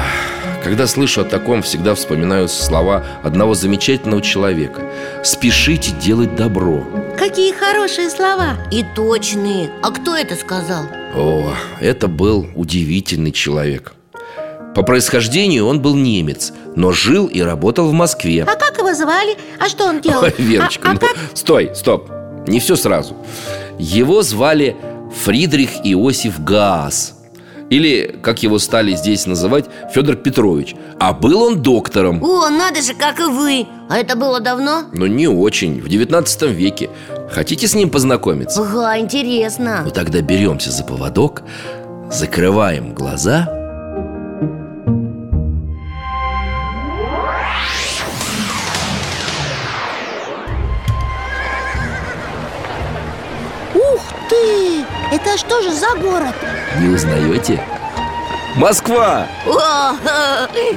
B: когда слышу о таком, всегда вспоминаю слова одного замечательного человека. Спешите делать добро.
D: Какие хорошие слова
C: И точные А кто это сказал?
B: О, это был удивительный человек. По происхождению он был немец, но жил и работал в Москве.
D: А как его звали? А что он делал?
B: Ой, Верочка,
D: а, а
B: ну,
D: как-
B: стой, стоп. Не все сразу. Его звали Фридрих Иосиф Гаас. Или, как его стали здесь называть, Федор Петрович. А был он доктором.
C: О, надо же, как и вы А это было давно?
B: Но не очень, в 19 веке. Хотите с ним познакомиться?
C: Ага, интересно
B: Ну тогда беремся за поводок, закрываем глаза.
D: Ух ты! Это что же за город?
B: Не узнаете? Москва!
C: О,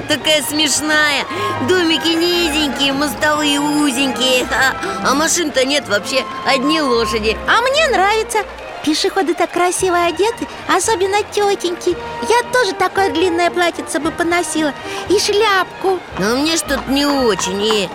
C: такая смешная Домики низенькие, мостовые узенькие А, а машин-то нет вообще, одни лошади
D: А мне нравится Пешеходы так красиво одеты, особенно тетеньки Я тоже такое длинное платьице бы поносила И шляпку
C: Но мне что-то не очень и...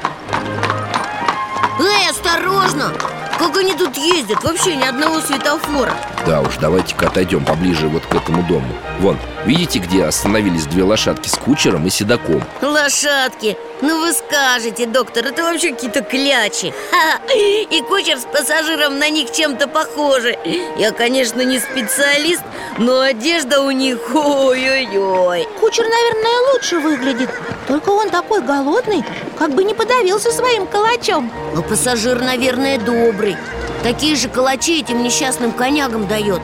C: Эй, осторожно! Как они тут ездят? Вообще ни одного светофора
B: Да уж, давайте-ка отойдем поближе вот к этому дому. Вон, видите, где остановились две лошадки с кучером и седаком?
C: Лошадки! Ну вы скажете, доктор, это вообще какие-то клячи Ха! И кучер с пассажиром на них чем-то похожи Я, конечно, не специалист, но одежда у них ой-ой-ой
D: Кучер, наверное, лучше выглядит Только он такой голодный, как бы не подавился своим калачом
C: А пассажир, наверное, добрый Такие же калачи этим несчастным конягам дает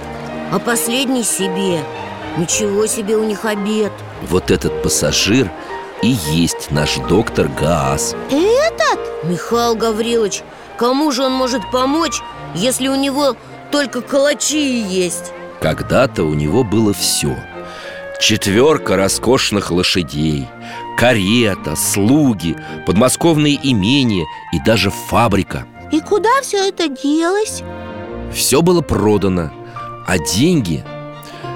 C: А последний себе Ничего себе у них обед
B: Вот этот пассажир и есть наш доктор Гаас.
D: Этот?
C: Михаил Гаврилович, кому же он может помочь, если у него только калачи есть?
B: Когда-то у него было все Четверка роскошных лошадей Карета, слуги, подмосковные имения и даже фабрика
D: И куда все это делось?
B: Все было продано А деньги?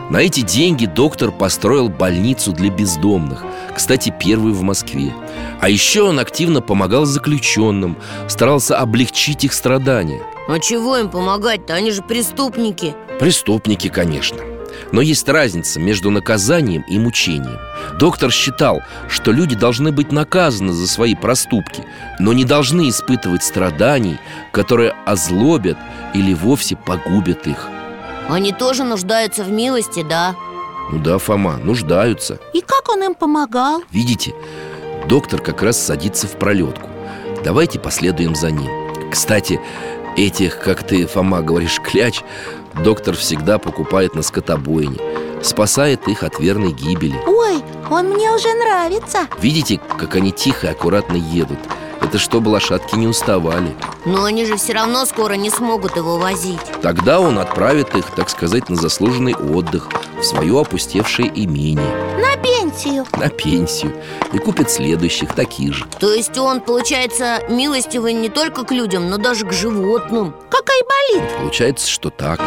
B: На эти деньги доктор построил больницу для бездомных Кстати, первую в Москве А еще он активно помогал заключенным Старался облегчить их страдания
C: А чего им помогать-то? Они же преступники
B: Преступники, конечно Но есть разница между наказанием и мучением. Доктор считал, что люди должны быть наказаны за свои проступки, но не должны испытывать страданий, которые озлобят или вовсе погубят их.
C: Они тоже нуждаются в милости, да?
B: Ну да, Фома, нуждаются.
D: И как он им помогал?
B: Видите, доктор как раз садится в пролетку. Давайте последуем за ним. Кстати, этих, как ты, Фома, говоришь, кляч, доктор всегда покупает на скотобойне. Спасает их от верной гибели.
D: Ой, он мне уже нравится
B: Видите, как они тихо и аккуратно едут. Это чтобы лошадки не уставали.
C: Но они же все равно скоро не смогут его возить
B: Тогда он отправит их, так сказать, на заслуженный отдых в свое опустевшее имение,
D: На пенсию
B: на пенсию и купит следующих таких же.
C: То есть он, получается, милостивый не только к людям, но даже к животным
D: Как Айболит
B: Получается, что так.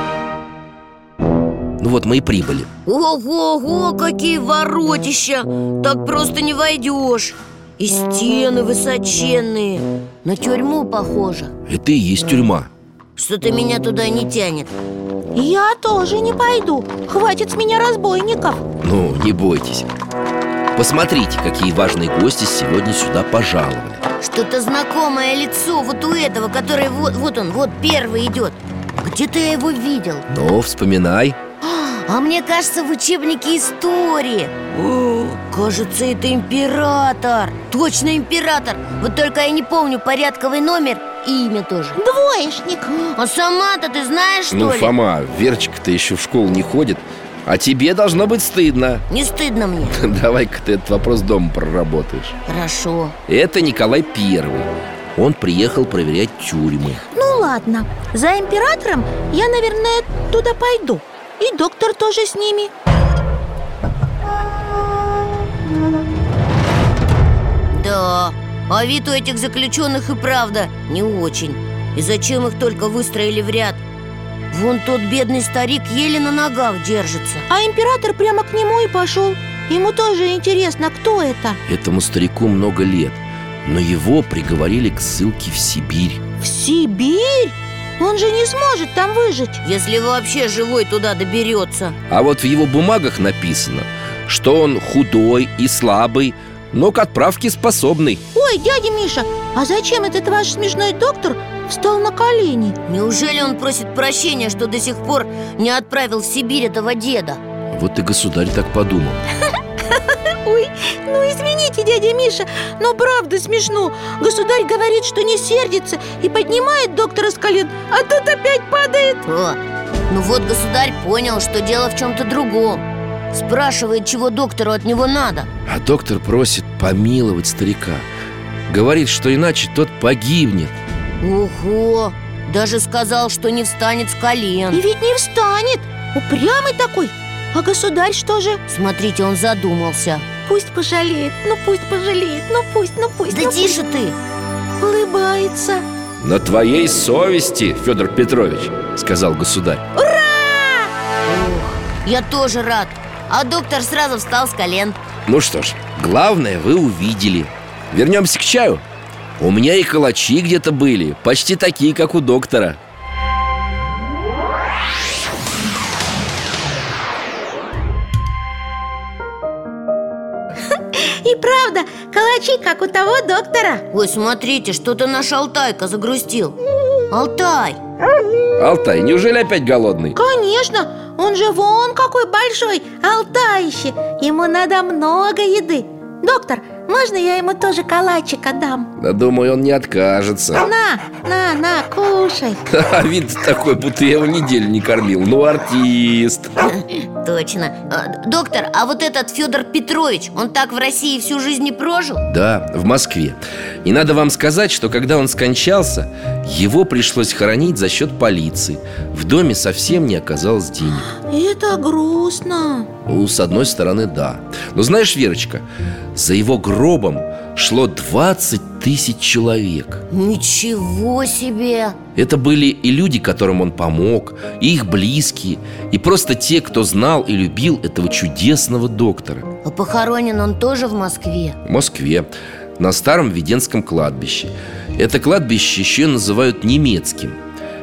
B: Ну вот мы и прибыли.
C: Ого-го, какие воротища! Так просто не войдешь И стены высоченные На тюрьму похоже
B: Это и есть тюрьма.
C: Что-то меня туда не тянет
D: Я тоже не пойду Хватит с меня разбойников
B: Ну, не бойтесь. Посмотрите, какие важные гости сегодня сюда пожаловали.
C: Что-то знакомое лицо вот у этого, который вот, вот он, вот первый идет Где-то я его видел
B: Но вспоминай.
C: А мне кажется, в учебнике истории О, Кажется, это император Точно император Вот только я не помню порядковый номер и имя тоже
D: Двоечник
C: А сама-то ты знаешь, что
B: ну,
C: ли?
B: Фома, Верчик-то еще в школу не ходит. А тебе должно быть стыдно.
C: Не стыдно мне?
B: Давай-ка ты этот вопрос дома проработаешь.
C: Хорошо
B: Это Николай Первый. Он приехал проверять тюрьмы.
D: Ну ладно, за императором я, наверное, туда пойду И доктор тоже с ними
C: Да, а вид у этих заключенных и правда не очень И зачем их только выстроили в ряд? Вон тот бедный старик еле на ногах держится
D: А император прямо к нему и пошел Ему тоже интересно, кто это
B: Этому старику много лет, но его приговорили к ссылке в Сибирь.
D: В Сибирь? Он же не сможет там выжить
C: Если вообще живой туда доберется
B: А вот в его бумагах написано, что он худой и слабый, но к отправке способный.
D: Ой, дядя Миша, а зачем этот ваш смешной доктор встал на колени?
C: Неужели он просит прощения, что до сих пор не отправил в Сибирь этого деда?
B: Вот и государь так подумал.
D: Ой, ну извините, дядя Миша, но правда смешно Государь говорит, что не сердится и поднимает доктора с колен, а тот опять падает
C: О, ну вот государь понял, что дело в чем-то другом Спрашивает, чего доктору от него надо
B: А доктор просит помиловать старика. Говорит, что иначе тот погибнет.
C: Ого, даже сказал, что не встанет с
D: И
C: колен
D: ведь не встанет, упрямый такой А государь что же?
C: Смотрите, он задумался
D: Пусть пожалеет, ну пусть пожалеет, ну пусть, ну пусть
C: Да
D: ну пусть.
C: тише ты
D: Улыбается
B: На твоей совести, Федор Петрович, сказал государь.
C: Ух, я тоже рад А доктор сразу встал с колен
B: Ну что ж, главное вы увидели. Вернемся к чаю. У меня и калачи где-то были, почти такие, как у доктора.
D: И правда, калачи, как у того доктора
C: Ой, смотрите, что-то наш Алтайка загрустил Алтай,
B: Алтай, неужели опять голодный?
D: Конечно, он же вон какой большой, алтаище Ему надо много еды Доктор, можно я ему тоже калачик отдам?
B: Да думаю, он не откажется.
D: На, на, на, кушай
B: А вид такой, будто я его неделю не кормил. Ну, артист.
C: точно А, Доктор, а вот этот Федор Петрович, он так в России всю жизнь не прожил?
B: Да, в Москве. И надо вам сказать, что когда он скончался, его пришлось хоронить за счет полиции. В доме совсем не оказалось денег.
D: Это грустно
B: Ну, с одной стороны, да. Но знаешь, Верочка, за его гробом шло 20 тысяч человек.
C: Ничего себе!
B: Это были и люди, которым он помог, и их близкие, и просто те, кто знал и любил этого чудесного доктора
C: А похоронен он тоже в Москве
B: в Москве, на старом Веденском кладбище. Это кладбище еще и называют немецким.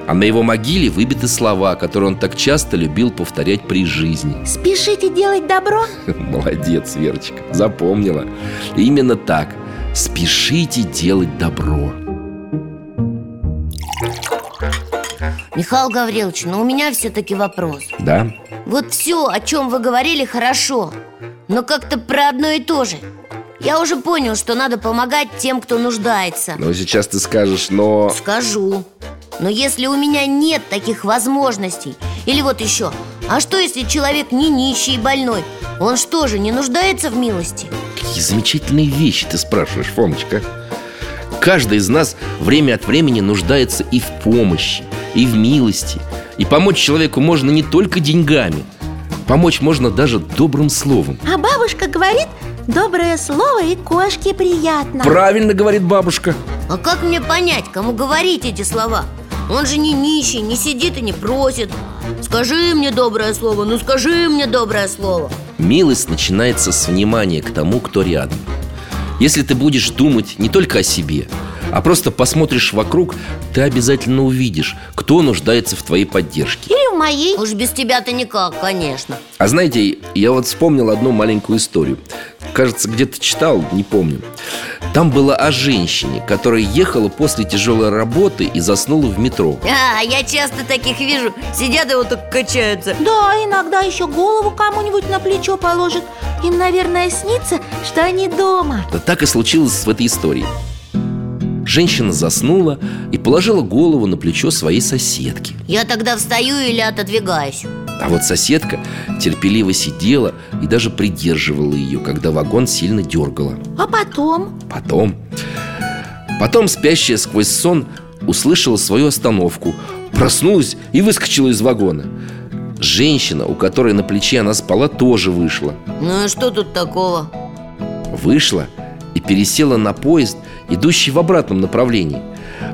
B: А на его могиле выбиты слова, которые он так часто любил повторять при жизни
D: Спешите делать добро?
B: Молодец, Верочка, запомнила Именно так Спешите делать добро
C: Михаил Гаврилович, но у меня все-таки вопрос
B: Да?
C: Вот все, о чем вы говорили, хорошо Но как-то про одно и то же Я уже понял, что надо помогать тем, кто нуждается
B: Но Ну, сейчас ты скажешь, но...
C: Скажу Но если у меня нет таких возможностей Или вот еще А что, если человек не нищий и больной? Он что же, не нуждается в милости?
B: Какие замечательные вещи ты спрашиваешь, Фомочка Каждый из нас время от времени нуждается и в помощи, и в милости И помочь человеку можно не только деньгами Помочь можно даже добрым словом
D: А бабушка говорит, доброе слово и кошке приятно
B: Правильно говорит бабушка
C: А как мне понять, кому говорить эти слова? Он же не нищий, не сидит и не просит Скажи мне доброе слово, ну скажи мне доброе слово
B: Милость начинается с внимания к тому, кто рядом. Если ты будешь думать не только о себе, а просто посмотришь вокруг, ты обязательно увидишь, кто нуждается в твоей поддержке.
D: Или в моей
C: Уж без тебя-то никак, конечно
B: А знаете, я вот вспомнил одну маленькую историю. Кажется, где-то читал, не помню. Там было о женщине, которая ехала после тяжелой работы и заснула в метро.
C: А, я часто таких вижу Сидят и вот так качаются
D: Да, иногда еще голову кому-нибудь на плечо положит Им, наверное, снится, что они дома
B: Да так и случилось в этой истории. Женщина заснула и положила голову на плечо своей соседки.
C: Я тогда встаю или отодвигаюсь
B: А вот соседка терпеливо сидела и даже придерживала ее, когда вагон сильно дергала.
D: А потом?
B: Потом... Потом спящая сквозь сон услышала свою остановку, проснулась и выскочила из вагона. Женщина, у которой на плече она спала, тоже вышла.
C: Ну и что тут такого?
B: Вышла и пересела на поезд, идущий в обратном направлении.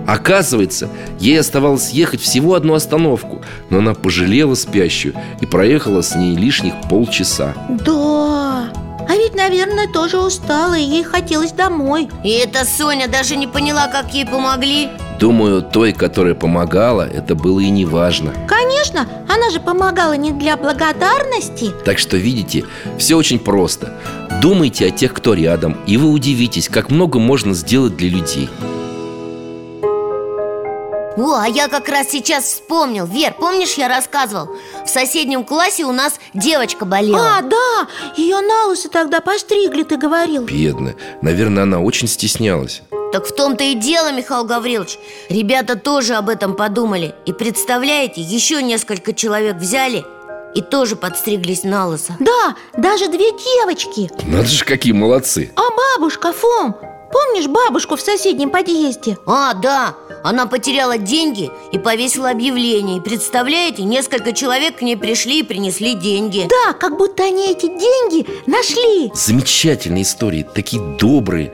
B: Оказывается, ей оставалось ехать всего одну остановку, но она пожалела спящую и проехала с ней лишних полчаса.
D: Да А ведь, наверное, тоже устала и ей хотелось домой
C: И эта Соня даже не поняла, как ей помогли
B: Думаю, той, которая помогала, это было и не важно.
D: Конечно, она же помогала не для благодарности
B: Так что, видите, все очень просто. Думайте о тех, кто рядом, и вы удивитесь, как много можно сделать для людей.
C: О, а я как раз сейчас вспомнил Вер, помнишь, я рассказывал? В соседнем классе у нас девочка болела
D: А, да, ее на лысо тогда постригли, ты говорил
B: Бедная. Наверное, она очень стеснялась.
C: Так в том-то и дело, Михаил Гаврилович Ребята тоже об этом подумали И представляете, еще несколько человек взяли И тоже подстриглись на лысо
D: Да, даже две девочки
B: Надо же, какие молодцы.
D: А бабушка, Фом, помнишь бабушку в соседнем подъезде?
C: А, да, она потеряла деньги и повесила объявление И представляете, несколько человек к ней пришли и принесли деньги
D: Да, как будто они эти деньги нашли
B: Замечательные истории, такие добрые.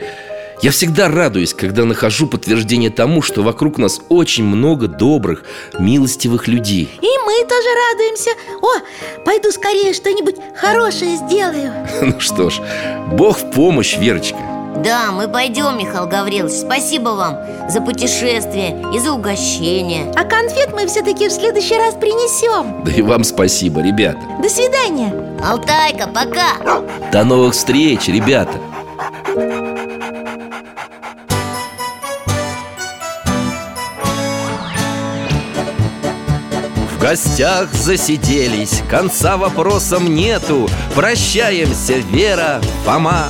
B: Я всегда радуюсь, когда нахожу подтверждение тому, что вокруг нас очень много добрых, милостивых людей.
D: И мы тоже радуемся О, пойду скорее что-нибудь хорошее сделаю
B: Ну что ж, Бог в помощь, Верочка.
C: Да, мы пойдем, Михаил Гаврилович Спасибо вам за путешествие и за угощение
D: А конфет мы все-таки в следующий раз принесем
B: Да и вам спасибо, ребята.
D: До свидания
C: Алтайка, пока!
B: До новых встреч, ребята! В гостях засиделись, конца вопросам нету Прощаемся, Вера, Фома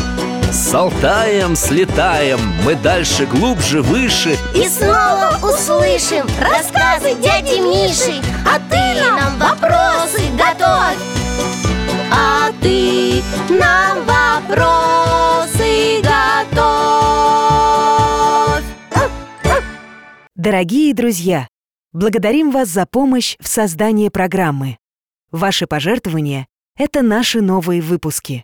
B: С Алтаем слетаем Мы дальше, глубже, выше
C: И снова услышим рассказы дяди Миши А ты нам вопросы готовь А ты нам вопросы готовь
A: Дорогие друзья, благодарим вас за помощь в создании программы. Ваши пожертвования – это наши новые выпуски.